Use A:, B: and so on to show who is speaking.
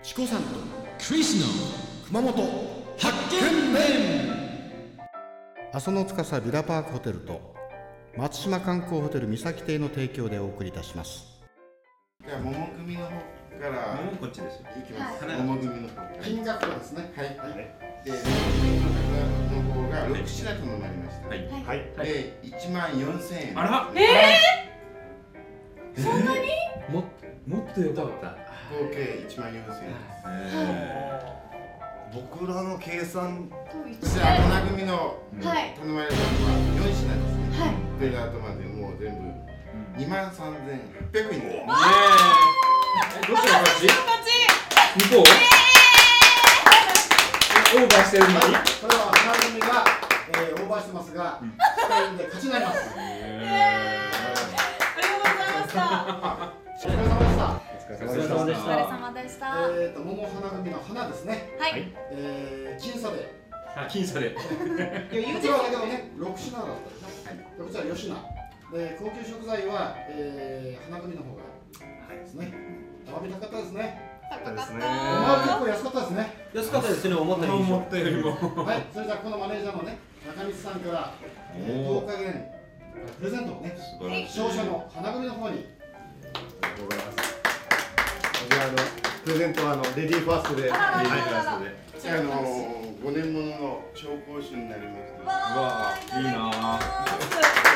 A: チコさんとクリスの熊本発見面
B: 阿蘇の司ビラパークホテルと松島観光ホテル三崎邸の提供でお送りいたします
C: じゃあ桃組の方から
D: もうこっちですよ。
C: いきます。
D: はい
C: 桃組の方から。金額はですね。はい。で、金額の方が六品となりました。
D: はい。
C: で、一万四千円。
D: あら、
C: え
D: も、もっとよかった。
C: 合計一万四千円です。
E: 僕らの計算
C: そして大人組の
F: はい。
C: 頼まれたのは四品ですね。
F: はい。
C: ベラートまでもう全部二万三千八百円です。
D: えどっちが勝ち？向こう？オーバーしてるのに。
A: これは番組が、えー、オーバーしてますが2人で勝ちになります
F: ありがとうございました。
A: お疲れ
C: お
D: 疲れ様
A: 様でした
D: でした
F: お疲れ様でした。は
A: えーと桃花組の花ですね
F: い。
A: えー、僅差で
D: 僅差で。
A: いや、言うてはだけどね、六品だったでしょ。でこちら四品。で、高級食材は、えー、花組の方が。ですね。並び高かったですね。
F: 高かっ
A: お前は結
F: た。
A: 構安かったですね。
E: 安かったですね思ったより
D: 思ったよりも。
A: はい、それじゃ、このマネージャーのね、中道さんから、えー、
D: おー
A: 10日限。プレゼントをね、
D: 素晴らしい。
A: 視聴者の花組の方に。
E: ありがとうございますじゃああのプレゼントはあのレディーファーストでレディ
F: あらららら
E: ーファーストで
C: じゃあ、あのー、五年ものの紹興酒になりました。
F: わ
D: わ
F: あ
D: あ、いいなあ
F: いただきます